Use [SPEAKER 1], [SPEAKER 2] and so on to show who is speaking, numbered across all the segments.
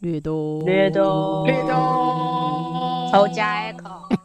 [SPEAKER 1] 略多，
[SPEAKER 2] 略多，
[SPEAKER 3] 绿豆
[SPEAKER 2] 抽加 echo，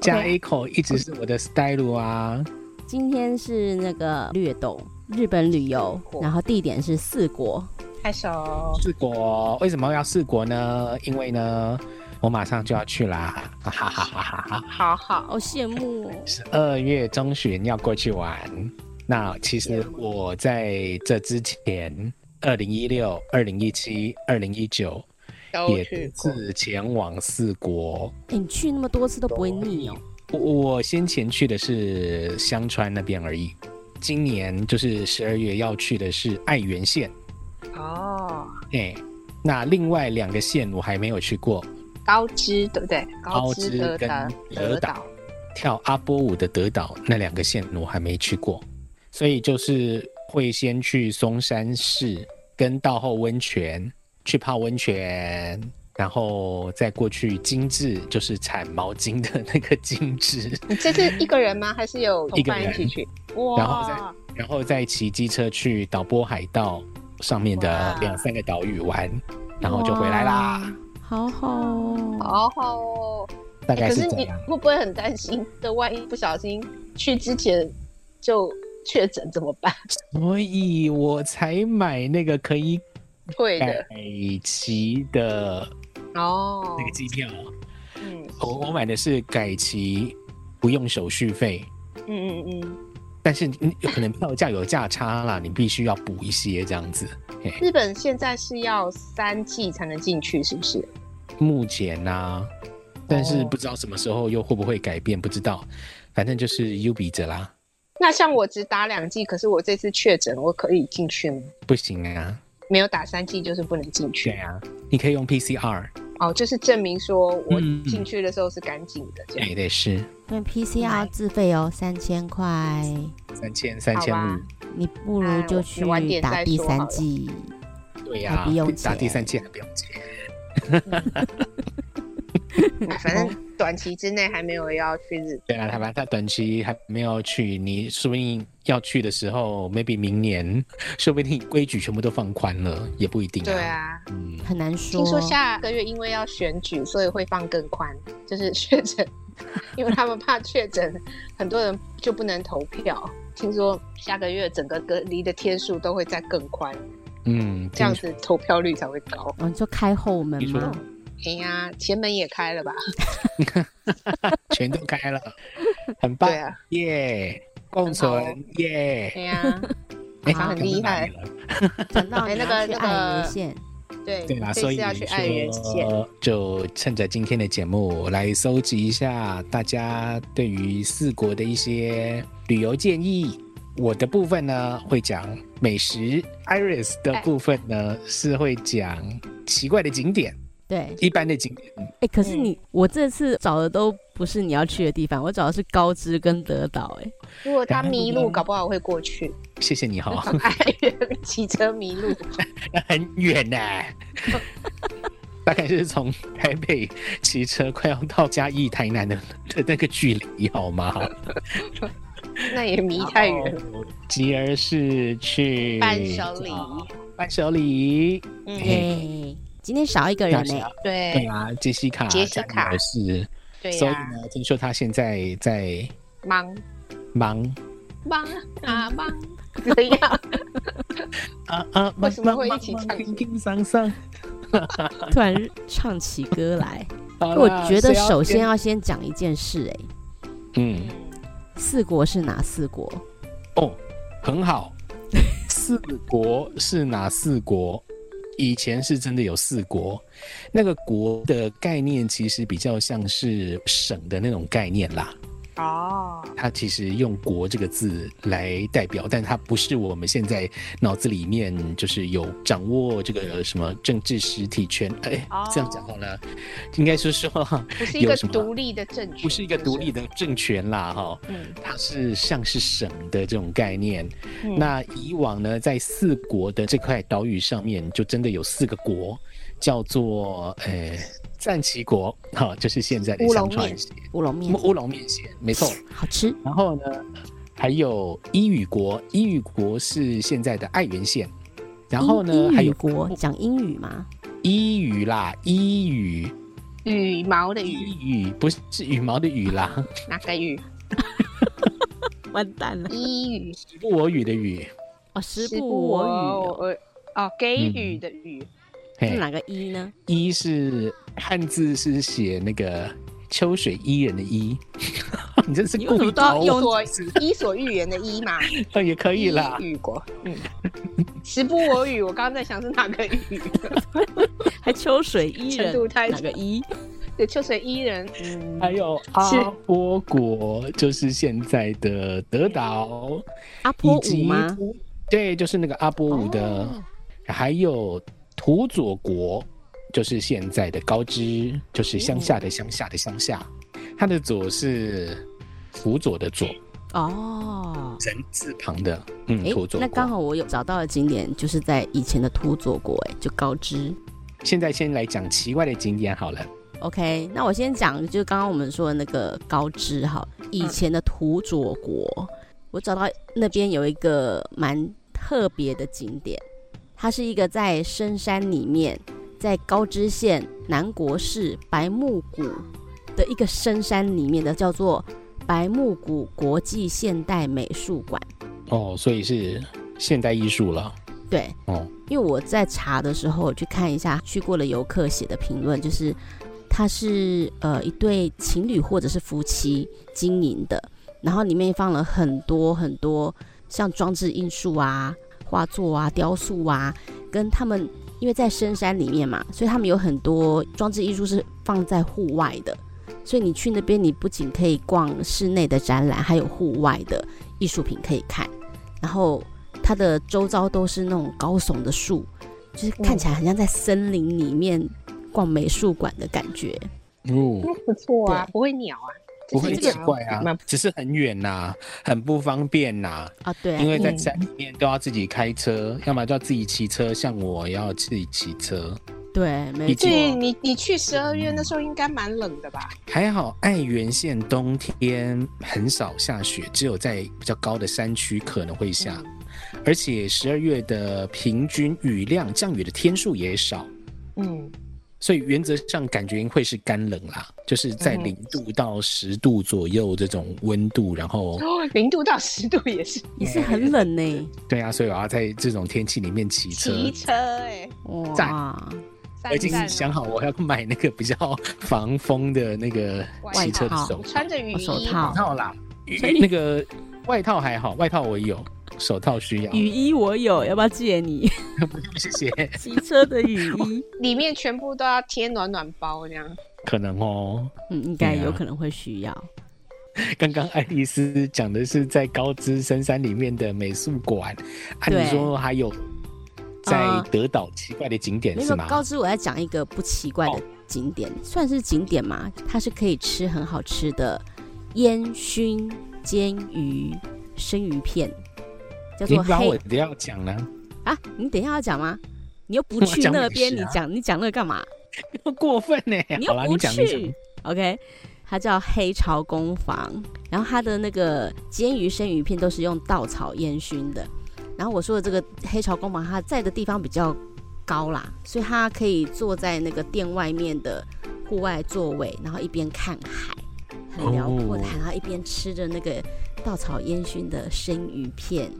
[SPEAKER 3] 加 A 口一直是我的 style 啊。
[SPEAKER 1] 今天是那个略斗日本旅游
[SPEAKER 2] 四，国
[SPEAKER 1] 然后地点是四国。
[SPEAKER 2] 开手。
[SPEAKER 3] 四国为什么要四国呢？因为呢，我马上就要去啦，哈哈哈哈哈哈！
[SPEAKER 2] 好好，
[SPEAKER 1] 好羡慕哦！
[SPEAKER 3] 十二月中旬要过去玩。那其实我在这之前，二零一六、二零一七、二零一九
[SPEAKER 2] 都
[SPEAKER 3] 也
[SPEAKER 2] 去
[SPEAKER 3] 各自前往四国。
[SPEAKER 1] 哎、你去那么多次都不会腻哦。
[SPEAKER 3] 我我先前去的是香川那边而已，今年就是十二月要去的是爱媛县，
[SPEAKER 2] 过哦。
[SPEAKER 3] 哎、那另外两个县我还没有去过，
[SPEAKER 2] 高知对不对？
[SPEAKER 3] 高
[SPEAKER 2] 知
[SPEAKER 3] 知
[SPEAKER 2] 德
[SPEAKER 3] 跟
[SPEAKER 2] 岛，
[SPEAKER 3] 德岛，跳阿波舞的德岛那两个县我还没去过，所以就是会先去松山市跟道后温泉去泡温泉，然后再过去精致，就是产毛巾的那个精致，
[SPEAKER 2] 你这是一个人吗？还是有同
[SPEAKER 3] 一个
[SPEAKER 2] 伴一起
[SPEAKER 3] 人
[SPEAKER 2] 去？
[SPEAKER 3] 然后再
[SPEAKER 2] 哇，
[SPEAKER 3] 然后再骑机车去岛波海道上面的
[SPEAKER 2] 哇
[SPEAKER 3] 两三个岛屿玩，然后就回来啦，
[SPEAKER 1] 哇，好好哦。
[SPEAKER 2] 好好哦。
[SPEAKER 3] 大
[SPEAKER 2] 欸
[SPEAKER 3] 概
[SPEAKER 2] 可
[SPEAKER 3] 是
[SPEAKER 2] 是
[SPEAKER 3] 这
[SPEAKER 2] 你
[SPEAKER 3] 样。
[SPEAKER 2] 会不会很担心？这万一不小心去之前就确诊怎么办？
[SPEAKER 3] 所以我才买那个可以
[SPEAKER 2] 退
[SPEAKER 3] 改
[SPEAKER 2] 的
[SPEAKER 3] 期的
[SPEAKER 2] 哦
[SPEAKER 3] 哎那个哦机票。
[SPEAKER 2] 嗯
[SPEAKER 3] 我我买的是改期，不用手续费，
[SPEAKER 2] 嗯嗯嗯。
[SPEAKER 3] 但是你有可能票价有价差啦，你必须要补一些这样子。
[SPEAKER 2] 日本现在是要三季才能进去，是不是？
[SPEAKER 3] 目前呢、啊，但是
[SPEAKER 2] 哦
[SPEAKER 3] 不知道什么时候又会不会改变，不知道，反正就是 U 比着啦，
[SPEAKER 2] 那像我只打两季，可是我这次确诊，我可以进去吗？
[SPEAKER 3] 不行啊，
[SPEAKER 2] 没有打三季就是不能进
[SPEAKER 3] 对
[SPEAKER 2] 去
[SPEAKER 3] 啊，你可以用 PCR，
[SPEAKER 2] 哦，就是证明说我
[SPEAKER 3] 嗯嗯
[SPEAKER 2] 进去的时候是干净的，这样
[SPEAKER 3] 也得哎是
[SPEAKER 1] 那 PCR 自费哦，三千块，
[SPEAKER 3] 三千三千
[SPEAKER 2] 好
[SPEAKER 3] 五
[SPEAKER 2] 吧，
[SPEAKER 1] 你不如就去
[SPEAKER 2] 哎我晚点再
[SPEAKER 1] 打第
[SPEAKER 2] 说好
[SPEAKER 1] 三
[SPEAKER 2] 了
[SPEAKER 1] 剂。
[SPEAKER 3] 对呀、
[SPEAKER 1] 还不用
[SPEAKER 3] 打
[SPEAKER 1] 钱
[SPEAKER 3] 第三季还不用钱，
[SPEAKER 2] 哎反正短期之内还没有要去日
[SPEAKER 3] 对啊，台湾他短期还没有去，你说不定要去的时候，maybe 明年，说不定规矩全部都放宽了，也不一定、
[SPEAKER 2] 本。对，啊，
[SPEAKER 3] 嗯，
[SPEAKER 1] 很难说。
[SPEAKER 2] 听说下个月因为要选举，所以会放更宽，就是 确诊，因为他们怕确诊，很多人就不能投票。听说下个月整个隔离的天数都会再更宽，
[SPEAKER 3] 嗯，
[SPEAKER 2] 这样子投票率才会高。
[SPEAKER 1] 哦，你就开后门
[SPEAKER 3] 你
[SPEAKER 1] 吗
[SPEAKER 3] 说？
[SPEAKER 2] 哎呀，前门也开了吧？
[SPEAKER 3] 全都开了，很棒
[SPEAKER 2] 对，啊，
[SPEAKER 3] 耶、共存，耶、
[SPEAKER 2] 哎呀，
[SPEAKER 3] 哎
[SPEAKER 2] 好很厉害
[SPEAKER 3] 讲到哪里了
[SPEAKER 1] 讲到
[SPEAKER 2] 哎
[SPEAKER 1] 你要去
[SPEAKER 2] 那个那
[SPEAKER 1] 爱
[SPEAKER 2] 个
[SPEAKER 1] 媛县，
[SPEAKER 2] 对，
[SPEAKER 3] 对啦，
[SPEAKER 2] 这
[SPEAKER 3] 所
[SPEAKER 2] 次
[SPEAKER 3] 以
[SPEAKER 2] 要去爱媛县。
[SPEAKER 3] 说就趁着今天的节目来搜集一下大家对于四国的一些旅游建议。我的部分呢会讲美食，Iris 的部分呢是会讲奇怪的景点，
[SPEAKER 1] 对，
[SPEAKER 3] 一般的景点。
[SPEAKER 1] 哎、可是
[SPEAKER 2] 嗯
[SPEAKER 1] 你、我这次找的都不是你要去的地方，我找的是高知跟德岛、哎，
[SPEAKER 2] 如果他
[SPEAKER 3] 然后
[SPEAKER 2] 迷
[SPEAKER 3] 呢
[SPEAKER 2] 路，搞不好会过去。
[SPEAKER 3] 谢谢你哈、
[SPEAKER 2] 爱媛骑车迷 路，
[SPEAKER 3] 很远呢、大概是从台北 骑车快要到嘉义、台南的的那个距离，好吗？
[SPEAKER 2] 那也迷太远了。
[SPEAKER 3] 了。吉儿是去
[SPEAKER 2] 伴手礼，
[SPEAKER 3] 伴手礼，
[SPEAKER 2] 嗯
[SPEAKER 1] 耶、
[SPEAKER 3] 嘿
[SPEAKER 1] 哎今天少一个人欸
[SPEAKER 3] 少
[SPEAKER 1] 呢、
[SPEAKER 3] 一个对
[SPEAKER 2] 对
[SPEAKER 3] 啊，杰西卡，
[SPEAKER 2] 杰西卡
[SPEAKER 3] 家里有
[SPEAKER 2] 对
[SPEAKER 3] 事，所以
[SPEAKER 2] 呀，
[SPEAKER 3] 呢，听说他现在在
[SPEAKER 2] 忙
[SPEAKER 3] 忙
[SPEAKER 2] 忙啊忙，怎 样？
[SPEAKER 3] 啊啊，
[SPEAKER 2] 为什么会一起唱
[SPEAKER 3] 叮叮桑桑？
[SPEAKER 1] 突然唱起歌来。
[SPEAKER 3] 好
[SPEAKER 1] 我
[SPEAKER 3] 啦
[SPEAKER 1] 觉得
[SPEAKER 3] 谁要
[SPEAKER 1] 首先
[SPEAKER 3] 先
[SPEAKER 1] 要先讲一件事、哎，
[SPEAKER 3] 嗯
[SPEAKER 1] 四国是哪四国？
[SPEAKER 3] 哦，很好。四国是哪四国？以前是真的有四国，那个国的概念其实比较像是省的那种概念啦。
[SPEAKER 2] 哦，
[SPEAKER 3] 它其实用“国”这个字来代表，但它不是我们现在脑子里面就是有掌握这个什么政治实体权。哎
[SPEAKER 2] 哦，
[SPEAKER 3] 这样讲好了，应该是说
[SPEAKER 2] 不是一
[SPEAKER 3] 有
[SPEAKER 2] 个
[SPEAKER 3] 什么
[SPEAKER 2] 独立的政权，
[SPEAKER 3] 不是一个独立的政权啦，哈，
[SPEAKER 2] 是不是。
[SPEAKER 3] 它是像是省的这种概念。
[SPEAKER 2] 嗯，
[SPEAKER 3] 那以往呢，在四国的这块岛屿上面，就真的有四个国，叫做呃赞岐国，哈、就是现在的
[SPEAKER 2] 乌龙
[SPEAKER 3] 香川
[SPEAKER 2] 面
[SPEAKER 3] 县
[SPEAKER 1] 乌龙面
[SPEAKER 3] 乌龙面县，没错。
[SPEAKER 1] 好吃，
[SPEAKER 3] 然后呢，还有伊予国，伊予国是现在的爱媛县，然后呢
[SPEAKER 1] 英
[SPEAKER 3] 还
[SPEAKER 1] 英语
[SPEAKER 3] 有
[SPEAKER 1] 国讲英语吗？
[SPEAKER 3] 伊羽啦，伊羽，
[SPEAKER 2] 嗯羽毛的羽，
[SPEAKER 3] 伊羽不是是羽毛的羽啦，
[SPEAKER 2] 哪个羽？
[SPEAKER 1] 完蛋了！
[SPEAKER 2] 伊羽，
[SPEAKER 3] 时不我语的语，
[SPEAKER 1] 哦，时
[SPEAKER 2] 食
[SPEAKER 1] 不我与哦，
[SPEAKER 2] 我语哦，给予的予，
[SPEAKER 1] 是
[SPEAKER 3] 嘿，
[SPEAKER 1] 哪个一呢？
[SPEAKER 3] 伊是汉字是写那个秋水伊人的伊， 你真是
[SPEAKER 1] 你为
[SPEAKER 3] 故
[SPEAKER 1] 什
[SPEAKER 3] 意
[SPEAKER 1] 么都要
[SPEAKER 3] 搞我
[SPEAKER 1] 用
[SPEAKER 2] 所伊所欲言的伊嘛，
[SPEAKER 3] 也嗯 可以啦。
[SPEAKER 2] 伊语国，嗯，时不我与，我刚刚在想是哪个语，
[SPEAKER 1] 还秋水伊
[SPEAKER 2] 程
[SPEAKER 1] 人
[SPEAKER 2] 度太
[SPEAKER 1] 哪个一？
[SPEAKER 2] 对，秋水伊人，嗯，
[SPEAKER 3] 还有阿波国，就是现在的德岛，
[SPEAKER 1] 阿
[SPEAKER 3] 以
[SPEAKER 1] 波舞
[SPEAKER 3] 及
[SPEAKER 1] 吗？
[SPEAKER 3] 对，就是那个阿波舞的，
[SPEAKER 1] 哦
[SPEAKER 3] 还有土佐国，就是现在的高知，
[SPEAKER 1] 哦
[SPEAKER 3] 就是乡下的乡下的乡下，它的佐是辅佐的佐，
[SPEAKER 1] 哦，
[SPEAKER 3] 人字旁的，嗯，
[SPEAKER 1] 诶
[SPEAKER 3] 土佐
[SPEAKER 1] 那刚
[SPEAKER 3] 国。
[SPEAKER 1] 好我有找到的景点就是在以前的土佐国，哎，就高知。
[SPEAKER 3] 现在先来讲奇怪的景点好了，
[SPEAKER 1] OK，那我先讲，就刚刚我们说的那个高知哈，以前的土佐国，我找到那边有一个蛮特别的景点，它是一个在深山里面，在高知县南国市白木谷的一个深山里面的，叫做白木谷国际现代美术馆。
[SPEAKER 3] 哦，所以是现代艺术了，
[SPEAKER 1] 对，
[SPEAKER 3] 哦，
[SPEAKER 1] 因为我在查的时候我去看一下去过的游客写的评论，就是它是呃一对情侣或者是夫妻经营的，然后里面放了很多很多像装置艺术啊、画作啊、雕塑啊，跟他们因为在深山里面嘛，所以他们有很多装置艺术是放在户外的。所以你去那边，你不仅可以逛室内的展览，还有户外的艺术品可以看。然后它的周遭都是那种高耸的树，就是看起来很像在森林里面逛美术馆的感觉。嗯
[SPEAKER 3] 哦。
[SPEAKER 2] 不错啊，
[SPEAKER 1] 对
[SPEAKER 2] 不会鸟啊，
[SPEAKER 3] 不
[SPEAKER 2] 就
[SPEAKER 3] 会
[SPEAKER 2] 是
[SPEAKER 3] 奇
[SPEAKER 2] 鸟
[SPEAKER 3] 怪啊
[SPEAKER 2] 蛮，
[SPEAKER 3] 只是很远呐、很不方便呐、
[SPEAKER 1] 啊，对啊
[SPEAKER 3] 因为在
[SPEAKER 2] 嗯
[SPEAKER 3] 山里面都要自己开车，要么就要自己骑车，像我也要自己骑车。
[SPEAKER 1] 对，没
[SPEAKER 3] 以
[SPEAKER 1] 错，
[SPEAKER 2] 对你，你去十二月那时候应该蛮冷的吧？
[SPEAKER 3] 还好爱媛县冬天很少下雪，只有在比较高的山区可能会下，而且十二月的平均雨量、降雨的天数也少，
[SPEAKER 2] 嗯，
[SPEAKER 3] 所以原则上感觉会是干冷啦，就是
[SPEAKER 2] 嗯
[SPEAKER 3] 在
[SPEAKER 2] 哼
[SPEAKER 3] 零度到十度左右这种温度，然后
[SPEAKER 2] 哦，零度到十度也是
[SPEAKER 1] 也是很冷呢、
[SPEAKER 3] 对啊，所以我要在这种天气里面骑车。
[SPEAKER 2] 骑车哎，
[SPEAKER 1] 哇，
[SPEAKER 2] 散
[SPEAKER 3] 我已经
[SPEAKER 2] 散
[SPEAKER 3] 想
[SPEAKER 2] 啊
[SPEAKER 3] 好我要买那个 比较防风的那个骑车的手
[SPEAKER 2] 我穿着雨
[SPEAKER 1] 哦手
[SPEAKER 2] 衣，
[SPEAKER 1] 套
[SPEAKER 3] 套啦，那个外套还好，外套我有，手套需要。
[SPEAKER 1] 雨衣我有，要不要借 你？
[SPEAKER 3] 谢谢，
[SPEAKER 1] 骑车的雨衣，
[SPEAKER 2] 里面全部都要贴暖暖包这样。
[SPEAKER 3] 可能哦。
[SPEAKER 1] 嗯，应该
[SPEAKER 3] 对啊
[SPEAKER 1] 有可能会需要。
[SPEAKER 3] 刚刚爱丽丝讲的是在高知深山里面的美术馆，按
[SPEAKER 1] 对
[SPEAKER 3] 你说还有在
[SPEAKER 1] 呃
[SPEAKER 3] 德岛奇怪的景点
[SPEAKER 1] 没
[SPEAKER 3] 是
[SPEAKER 1] 有
[SPEAKER 3] 吗？
[SPEAKER 1] 告知我在讲一个不奇怪的景点，算是景点嘛？它是可以吃很好吃的烟熏煎鱼生鱼片，叫
[SPEAKER 3] 你
[SPEAKER 1] 做
[SPEAKER 3] 把
[SPEAKER 1] 黑
[SPEAKER 3] 我的要讲呢，
[SPEAKER 1] 啊！你等一下要讲吗？你又不
[SPEAKER 3] 我
[SPEAKER 1] 去
[SPEAKER 3] 讲
[SPEAKER 1] 那
[SPEAKER 3] 美
[SPEAKER 1] 边，
[SPEAKER 3] 食
[SPEAKER 1] 你
[SPEAKER 3] 啊
[SPEAKER 1] 讲你讲那个干嘛？
[SPEAKER 3] 过分呢。
[SPEAKER 1] 你
[SPEAKER 3] 好
[SPEAKER 1] 又
[SPEAKER 3] 啦，
[SPEAKER 1] 不
[SPEAKER 3] 你讲你讲，
[SPEAKER 1] 去。OK，它叫黑潮工坊，然后它的那个煎鱼生鱼片都是用稻草烟熏的。然后我说的这个黑潮工坊，它在的地方比较高啦，所以它可以坐在那个店外面的户外座位，然后一边看海，很辽阔的海，
[SPEAKER 3] 哦
[SPEAKER 1] 然后一边吃着那个稻草烟熏的生鱼片。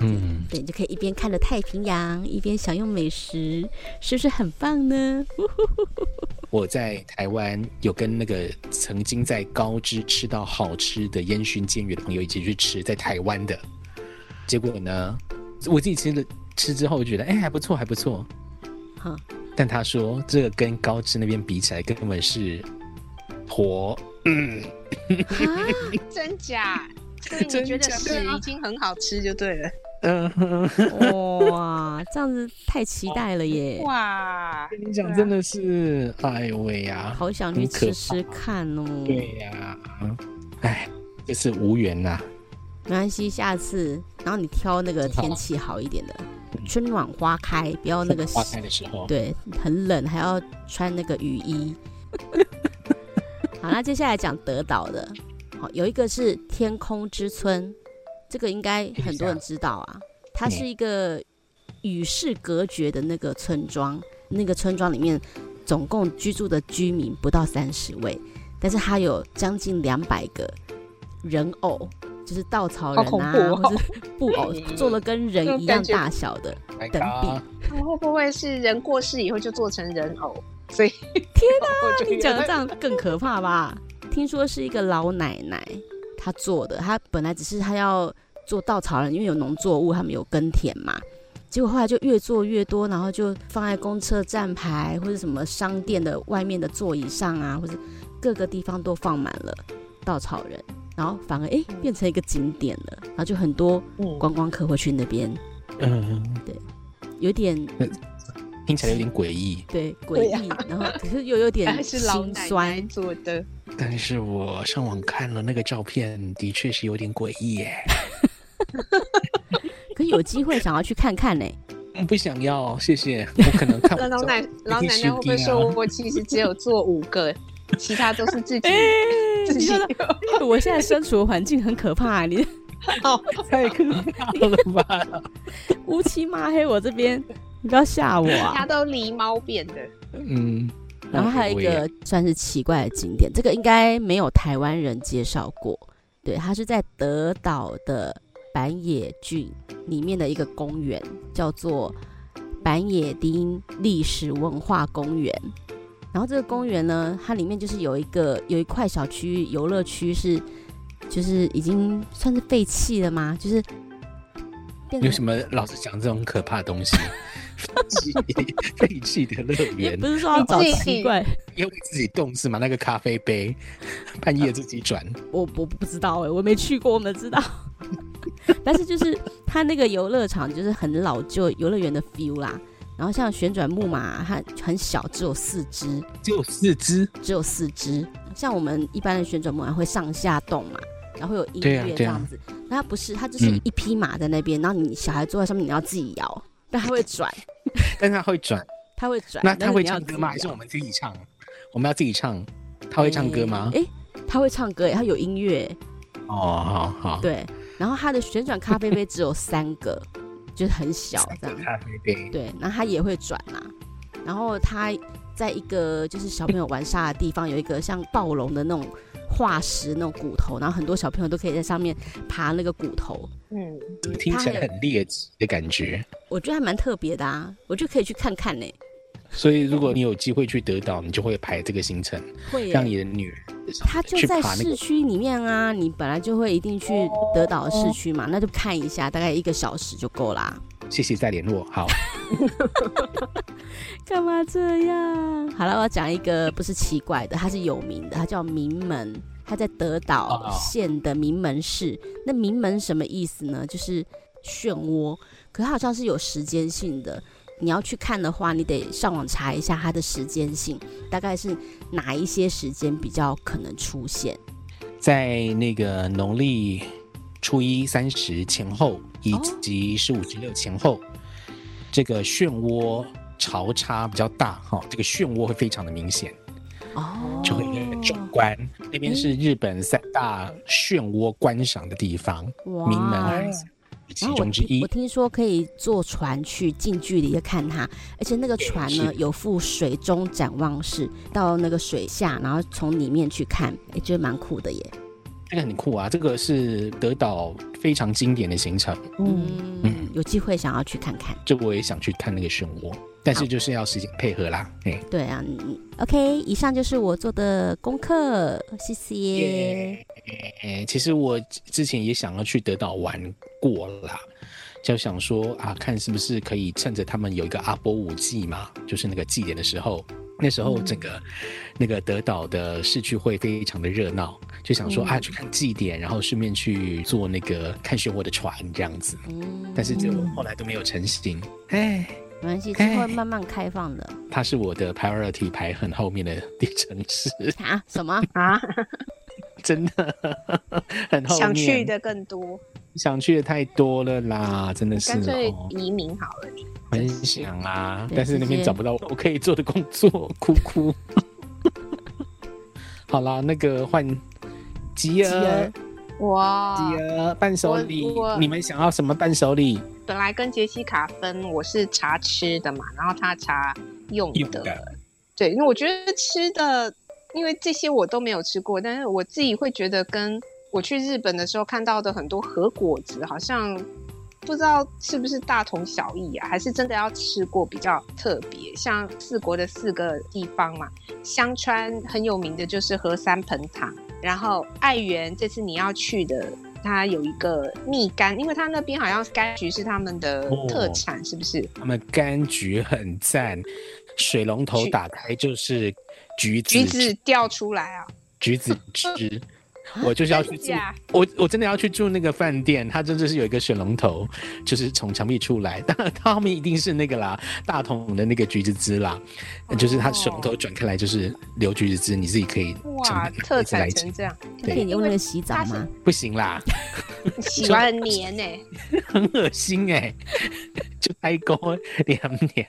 [SPEAKER 3] 嗯。
[SPEAKER 1] 对，你就可以一边看着太平洋，一边享用美食，是不是很棒呢？
[SPEAKER 3] 我在台湾有跟那个曾经在高知吃到好吃的烟熏煎鱼的朋友一起去吃，在台湾的，结果呢，我自己吃了吃之后觉得，哎、还不错，还不错。
[SPEAKER 1] 哈，
[SPEAKER 3] 但他说这个跟高知那边比起来，根本是活。嗯，
[SPEAKER 1] 啊
[SPEAKER 2] 真 假？所以你觉得屎已经很好吃就对了。
[SPEAKER 3] 嗯、哼
[SPEAKER 1] 哇， 这样子太期待了耶！
[SPEAKER 2] 哇，
[SPEAKER 3] 啊
[SPEAKER 2] 啊
[SPEAKER 3] 跟你讲真的是，哎呦喂呀、
[SPEAKER 1] 好想去吃吃看哦。
[SPEAKER 3] 对，呀、哎，这是无缘呐、
[SPEAKER 1] 没关系，下次然后你挑那个天气好一点的，春暖花开，不要那个
[SPEAKER 3] 花开的时候，
[SPEAKER 1] 对很冷，还要穿那个雨衣。 好，那接下来讲德岛的，好有一个是天空之村，这个应该很多人知道啊，它是一个与世隔绝的那个村庄，那个村庄里面总共居住的居民不到三十位，但是它有将近两百个人偶，就是稻草人啊，
[SPEAKER 2] 好恐怖哦
[SPEAKER 1] 或是布偶， 做了跟人一样大小的。
[SPEAKER 3] My
[SPEAKER 1] 等比
[SPEAKER 3] God
[SPEAKER 2] 他们会不会是人过世以后就做成人偶？所以
[SPEAKER 1] 天
[SPEAKER 2] 哪
[SPEAKER 1] 你讲的这样更可怕吧？听说是一个老奶奶她做的，她本来只是她要做稻草人，因为有农作物，他们有耕田嘛。结果后来就越做越多，然后就放在公车站牌或者什么商店的外面的座椅上啊，或者各个地方都放满了稻草人，然后反而诶变成一个景点了，然后就很多
[SPEAKER 2] 嗯，
[SPEAKER 1] 观光客会去那边，
[SPEAKER 3] 嗯，
[SPEAKER 1] 有点
[SPEAKER 3] 听起来有点诡异，
[SPEAKER 1] 对诡
[SPEAKER 2] 对啊
[SPEAKER 1] 异，然后可是又有点
[SPEAKER 2] 还是老
[SPEAKER 1] 心
[SPEAKER 2] 奶
[SPEAKER 1] 酸
[SPEAKER 2] 奶，做的，
[SPEAKER 3] 但是我上网看了那个照片，的确是有点诡异耶。
[SPEAKER 1] 可有机会想要去看看呢、
[SPEAKER 3] 嗯不想要，谢谢。我哦可能 看
[SPEAKER 2] 那老奶老奶奶会不会
[SPEAKER 3] 一定是
[SPEAKER 2] 说，我其实只有做五个，其他都是自 己 自己
[SPEAKER 1] 哎你说我现在身处的环境很可怕、你
[SPEAKER 2] 哦
[SPEAKER 3] 太可怕了吧？
[SPEAKER 1] 乌漆抹黑我这边，你不要吓我
[SPEAKER 2] 他
[SPEAKER 1] 啊！
[SPEAKER 2] 都狸猫变的，
[SPEAKER 3] 嗯，
[SPEAKER 1] 然后还有一个算是奇怪的景点，这个应该没有台湾人介绍过。对，它是在德岛的板野郡里面的一个公园，叫做板野町历史文化公园。然后这个公园呢，它里面就是有一个有一块小区域游乐区是，就是已经算是废弃了吗？就是变
[SPEAKER 3] 为
[SPEAKER 1] 成
[SPEAKER 3] 什么老是讲这种可怕的东西？ 废弃废弃的乐
[SPEAKER 1] 也
[SPEAKER 3] 园
[SPEAKER 1] 不，是说要找
[SPEAKER 2] 你自己
[SPEAKER 1] 奇怪，
[SPEAKER 3] 因为自己动是吗？那个咖啡杯，半夜自己转，
[SPEAKER 1] 我我不知道哎、我没去过，我们知道。 但是就是它那个游乐场就是很老旧游乐园的 feel 啦，然后像旋转木马、它很小，只有四只，
[SPEAKER 3] 只有四只，
[SPEAKER 1] 只有四只。像我们一般的旋转木马会上下动嘛，然后会有音
[SPEAKER 3] 对啊
[SPEAKER 1] 乐这
[SPEAKER 3] 对啊
[SPEAKER 1] 样子。那它不是，它就是
[SPEAKER 3] 嗯
[SPEAKER 1] 一匹马在那边，然后你小孩坐在上面，你要自己摇，但它会转，
[SPEAKER 3] 但是它会转。
[SPEAKER 1] 它会转。
[SPEAKER 3] 那
[SPEAKER 1] 但
[SPEAKER 3] 它
[SPEAKER 1] 是
[SPEAKER 3] 会
[SPEAKER 1] 你要
[SPEAKER 3] 唱歌吗？还
[SPEAKER 1] 自己
[SPEAKER 3] 是
[SPEAKER 1] 摇
[SPEAKER 3] 我们自己唱？我们要自己唱，它会唱歌吗？
[SPEAKER 1] 哎、它会唱歌、欸，它有音乐欸、
[SPEAKER 3] 哦，好好，
[SPEAKER 1] 对，然后它的旋转咖啡杯只有三个，就是很小这样。
[SPEAKER 3] 咖啡杯，
[SPEAKER 1] 对，然后它也会转啦、然后它在一个就是小朋友玩沙的地方，有一个像暴龙的那种化石那种骨头，然后很多小朋友都可以在上面爬那个骨头。
[SPEAKER 2] 嗯，
[SPEAKER 3] 怎么听起来很猎奇的感觉？
[SPEAKER 1] 我觉得还蛮特别的啊，我就可以去看看呢、
[SPEAKER 3] 所以，如果你有机会去德岛，你就会排这个行程，
[SPEAKER 1] 会耶、
[SPEAKER 3] 让你的女儿
[SPEAKER 1] 它就
[SPEAKER 3] 去
[SPEAKER 1] 在
[SPEAKER 3] 爬那个
[SPEAKER 1] 市区里面啊，你本来就会一定去德岛市区嘛，那就看一下，大概一个小时就够啦。
[SPEAKER 3] 谢谢再联络。好，
[SPEAKER 1] 干嘛这样？好了，我要讲一个不是奇怪的，它是有名的，它叫名门，它在德岛
[SPEAKER 3] 哦
[SPEAKER 1] 县的名门市。那名门什么意思呢？就是漩涡，可它好像是有时间性的。你要去看的话，你得上网查一下它的时间性，大概是哪一些时间比较可能出现。
[SPEAKER 3] 在那个农历初一、三十前
[SPEAKER 1] 哦
[SPEAKER 3] 后，以及十五、十六前后，这个漩涡潮差比较大哈、这个漩涡会非常的明显，
[SPEAKER 1] 哦，
[SPEAKER 3] 就会很壮观。那边是日本三大漩涡观赏的地方，
[SPEAKER 1] 哇
[SPEAKER 3] 名门海其
[SPEAKER 1] 然啊后我
[SPEAKER 3] 中之
[SPEAKER 1] 听
[SPEAKER 3] 一
[SPEAKER 1] 我。听说可以坐船去近距离的看它，而且那个船呢
[SPEAKER 3] 是
[SPEAKER 1] 有附水中展望室，到那个水下，然后从里面去看，也觉得蛮酷的耶。
[SPEAKER 3] 这个很酷啊，这个是德岛非常经典的行程。
[SPEAKER 2] 嗯，
[SPEAKER 1] 嗯，有机会想要去看看。
[SPEAKER 3] 这我也想去看那个漩涡，但是就是要时间配合啦。哎、
[SPEAKER 1] 对啊你你，OK，以上就是我做的功课，谢谢。
[SPEAKER 3] 哎其实我之前也想要去德岛玩过啦，就想说啊，看是不是可以趁着他们有一个阿波舞季嘛，就是那个祭典的时候。那时候整个、那个德岛的市区会非常的热闹，就想说、啊去看祭典，然后顺便去坐那个看漩涡的船这样子，
[SPEAKER 1] 嗯，
[SPEAKER 3] 但是就后来都没有成型。
[SPEAKER 2] 嗯
[SPEAKER 3] 哎，
[SPEAKER 1] 没关系，之后会慢慢开放的。
[SPEAKER 3] 它是我的 priority 排很后面的地城市，
[SPEAKER 1] 啊？什么？
[SPEAKER 2] 啊，
[SPEAKER 3] 真的 很后面。
[SPEAKER 2] 想去的更多，
[SPEAKER 3] 想去的太多了啦，真的是
[SPEAKER 2] 干脆
[SPEAKER 3] 哦，
[SPEAKER 2] 移民好了。
[SPEAKER 3] 很想啊，
[SPEAKER 1] 对
[SPEAKER 3] 但是那边找不到我可以做的工作，哭哭。 好啦，那个换吉
[SPEAKER 1] 吉
[SPEAKER 3] 儿
[SPEAKER 1] 儿，
[SPEAKER 2] 哇，
[SPEAKER 3] 吉儿伴手礼
[SPEAKER 2] 我我，
[SPEAKER 3] 你们想要什么伴手礼？
[SPEAKER 2] 本来跟杰西卡分，我是查吃的嘛，然后他查用的。
[SPEAKER 4] 用的
[SPEAKER 2] 对，因为我觉得吃的，因为这些我都没有吃过，但是我自己会觉得跟我去日本的时候看到的很多和果子好像。不知道是不是大同小异啊，还是真的要吃过比较特别？像四国的四个地方嘛，香川很有名的就是和三盆塔，然后爱媛这次你要去的，它有一个蜜柑，因为它那边好像柑橘是他们的
[SPEAKER 3] 哦
[SPEAKER 2] 特产，是不是？
[SPEAKER 3] 他们柑橘很赞，水龙头打开就是橘子
[SPEAKER 2] 橘子掉出来啊，
[SPEAKER 3] 橘子 汁。我就是要去住
[SPEAKER 2] 真假，
[SPEAKER 3] 我我真的要去住那个饭店，它真的是有一个水龙头，就是从墙壁出来，但它后面一定是那个啦，大桶的那个橘子汁啦，
[SPEAKER 2] 哦
[SPEAKER 3] 就是它水龙头转开来就是流橘子汁，你自己可以承
[SPEAKER 2] 哇，
[SPEAKER 3] 担
[SPEAKER 2] 特
[SPEAKER 3] 自己
[SPEAKER 2] 产
[SPEAKER 3] 来吃
[SPEAKER 2] 成，这样，
[SPEAKER 1] 可以用那个洗澡吗？
[SPEAKER 3] 不行啦，
[SPEAKER 2] 洗完很黏呢、欸
[SPEAKER 3] 很恶心哎、 就拍勾凉凉，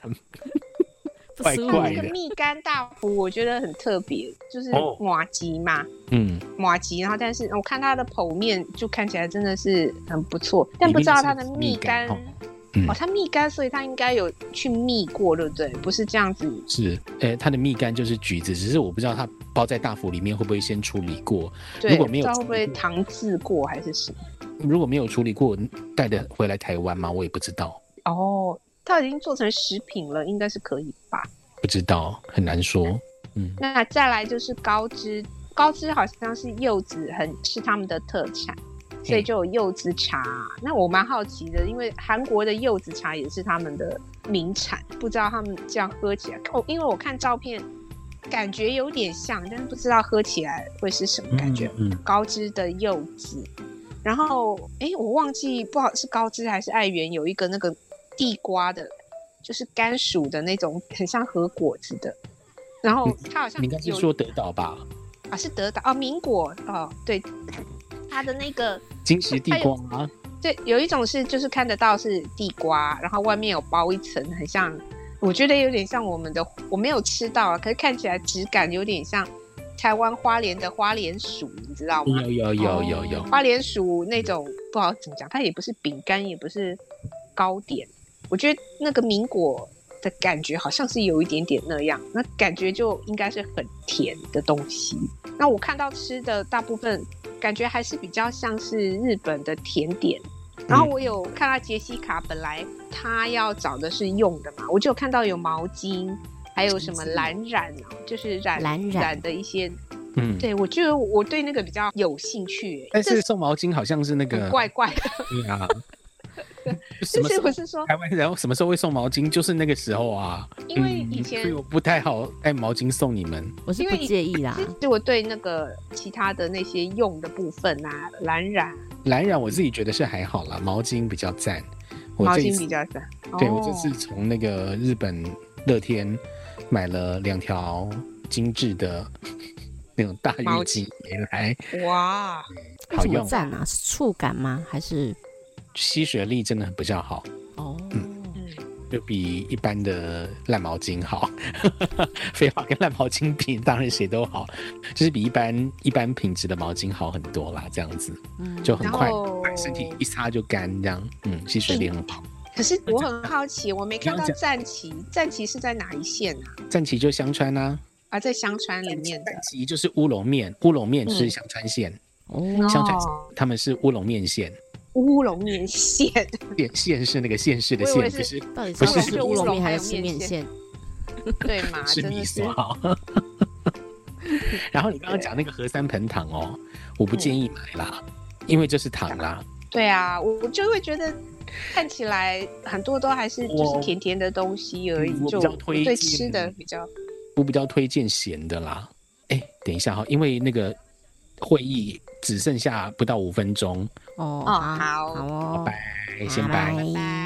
[SPEAKER 1] 不
[SPEAKER 3] 怪
[SPEAKER 1] 舒服
[SPEAKER 3] 怪
[SPEAKER 2] 那
[SPEAKER 3] 的
[SPEAKER 2] 个蜜柑大福我觉得很特别，就是
[SPEAKER 3] 哦
[SPEAKER 2] 马吉嘛，
[SPEAKER 3] 嗯，
[SPEAKER 2] 马吉，然后但是我看它的剖面就看起来真的是很不错，但不知道它的蜜柑
[SPEAKER 3] 里面是蜜柑
[SPEAKER 2] 哦
[SPEAKER 3] 哦嗯
[SPEAKER 2] 它蜜柑，所以它应该有去蜜过，对不对？不是这样子，
[SPEAKER 3] 是，呃、它的蜜柑就是橘子，只是我不知道它包在大福里面会不会先处理过，
[SPEAKER 2] 对，
[SPEAKER 3] 如果没有
[SPEAKER 2] 不知道会不会糖制过还是什么？
[SPEAKER 3] 如果没有处理过，带的回来台湾吗？我也不知道，
[SPEAKER 2] 哦，它已经做成食品了，应该是可以吧？
[SPEAKER 3] 不知道，很难说。嗯，
[SPEAKER 2] 那再来就是高知，高知好像是柚子很是他们的特产，所以就有柚子茶。那我蛮好奇的，因为韩国的柚子茶也是他们的名产，不知道他们这样喝起来哦，因为我看照片感觉有点像，但是不知道喝起来会是什么感觉。
[SPEAKER 3] 嗯，
[SPEAKER 2] 高知的柚子，然后哎，我忘记不好是高知还是爱媛有一个那个地瓜的，就是甘薯的那种，很像核果子的。然后它好像
[SPEAKER 3] 你应该是
[SPEAKER 2] 有
[SPEAKER 3] 说德岛吧？
[SPEAKER 2] 啊，是德岛哦，民果哦，对，它的那个
[SPEAKER 3] 金石地瓜啊，
[SPEAKER 2] 对，有一种是就是看得到是地瓜，然后外面有包一层，很像，我觉得有点像我们的，我没有吃到啊，可是看起来质感有点像台湾花莲的花莲薯，你知道吗？
[SPEAKER 3] 有有有有有，
[SPEAKER 2] 花莲薯那种不好怎么讲，它也不是饼干，也不是糕点。我觉得那个民果的感觉好像是有一点点那样，那感觉就应该是很甜的东西。那我看到吃的大部分感觉还是比较像是日本的甜点。然后我有看到杰西卡，本来她要找的是用的嘛，我就有看到有毛巾，还有什么蓝染啊，就是染
[SPEAKER 1] 蓝染
[SPEAKER 2] 染的一些。
[SPEAKER 3] 嗯。
[SPEAKER 2] 对，我觉得我对那个比较有兴趣、欸。
[SPEAKER 3] 但
[SPEAKER 2] 这
[SPEAKER 3] 是送毛巾好像是那个
[SPEAKER 2] 很怪怪 的，
[SPEAKER 3] 对啊，
[SPEAKER 2] 就
[SPEAKER 3] 什么时
[SPEAKER 2] 是
[SPEAKER 3] 候
[SPEAKER 2] 不是说，
[SPEAKER 3] 台湾人什么时候会送毛巾？就是那个时候啊。
[SPEAKER 2] 因为以
[SPEAKER 3] 嗯
[SPEAKER 2] 前
[SPEAKER 3] 所以我不太好带毛巾送你们。
[SPEAKER 1] 我是
[SPEAKER 2] 因
[SPEAKER 1] 不
[SPEAKER 2] 为
[SPEAKER 1] 介意啦
[SPEAKER 2] 其，实我对那个其他的那些用的部分啊，蓝染
[SPEAKER 3] 蓝染我自己觉得是还好啦，毛巾比较赞。我
[SPEAKER 2] 毛
[SPEAKER 3] 这一
[SPEAKER 2] 巾
[SPEAKER 3] 次
[SPEAKER 2] 比较少。
[SPEAKER 3] 对
[SPEAKER 2] 哦
[SPEAKER 3] 我这次从那个日本乐天买了两条精致的那种大浴
[SPEAKER 2] 毛
[SPEAKER 3] 巾回来，
[SPEAKER 2] 哦哇，
[SPEAKER 1] 为
[SPEAKER 3] 好
[SPEAKER 1] 什么
[SPEAKER 3] 用，
[SPEAKER 1] 赞啊？是触感吗？还是
[SPEAKER 3] 吸水力真的很比较好，
[SPEAKER 1] 哦？
[SPEAKER 2] 嗯，
[SPEAKER 3] 就比一般的烂毛巾好。 废话，跟烂毛巾比，当然谁都好，就是比一般一般品质的毛巾好很多啦。这样子
[SPEAKER 1] 嗯
[SPEAKER 3] 就很快
[SPEAKER 2] 然后，
[SPEAKER 3] 身体一擦就干，这样，嗯，吸水力很好。
[SPEAKER 2] 可是我很好奇，我没看到
[SPEAKER 3] 你要讲
[SPEAKER 2] 战旗，战旗是在哪一线啊？
[SPEAKER 3] 战旗就香川啊，
[SPEAKER 2] 啊，在香川里面的
[SPEAKER 3] 战旗就是乌龙面，乌龙面是
[SPEAKER 2] 嗯
[SPEAKER 3] 香川县，
[SPEAKER 1] 哦，
[SPEAKER 3] 香川
[SPEAKER 2] 哦
[SPEAKER 3] 他们是乌龙面县。
[SPEAKER 2] 乌龙面线，
[SPEAKER 3] 县县是那个县市的
[SPEAKER 2] 我以为
[SPEAKER 3] 县，
[SPEAKER 2] 是
[SPEAKER 3] 不是
[SPEAKER 1] 到底是
[SPEAKER 3] 不是
[SPEAKER 1] 要吃乌龙面还是吃面
[SPEAKER 2] 还有面
[SPEAKER 1] 线？
[SPEAKER 2] 对嘛？
[SPEAKER 3] 是
[SPEAKER 2] 啊
[SPEAKER 3] 啊
[SPEAKER 2] 真
[SPEAKER 3] 你
[SPEAKER 2] 的是
[SPEAKER 3] 所好。 然后你刚刚讲那个和三盆糖哦，我不建议买啦，
[SPEAKER 2] 嗯
[SPEAKER 3] 因为就是糖啦。
[SPEAKER 2] 对啊，我我就会觉得看起来很多都还是就是
[SPEAKER 3] 我
[SPEAKER 2] 甜甜的东西而已
[SPEAKER 3] 嗯，我
[SPEAKER 2] 就
[SPEAKER 3] 比较推
[SPEAKER 2] 对
[SPEAKER 3] 荐
[SPEAKER 2] 吃的比较
[SPEAKER 3] 我比较推荐咸的啦。哎，等一下哈、因为那个会议只剩下不到五分钟，
[SPEAKER 1] 哦，
[SPEAKER 2] 哦
[SPEAKER 1] 好，
[SPEAKER 2] 好
[SPEAKER 1] 好哦，
[SPEAKER 3] 拜，先拜。
[SPEAKER 1] 拜
[SPEAKER 2] 拜。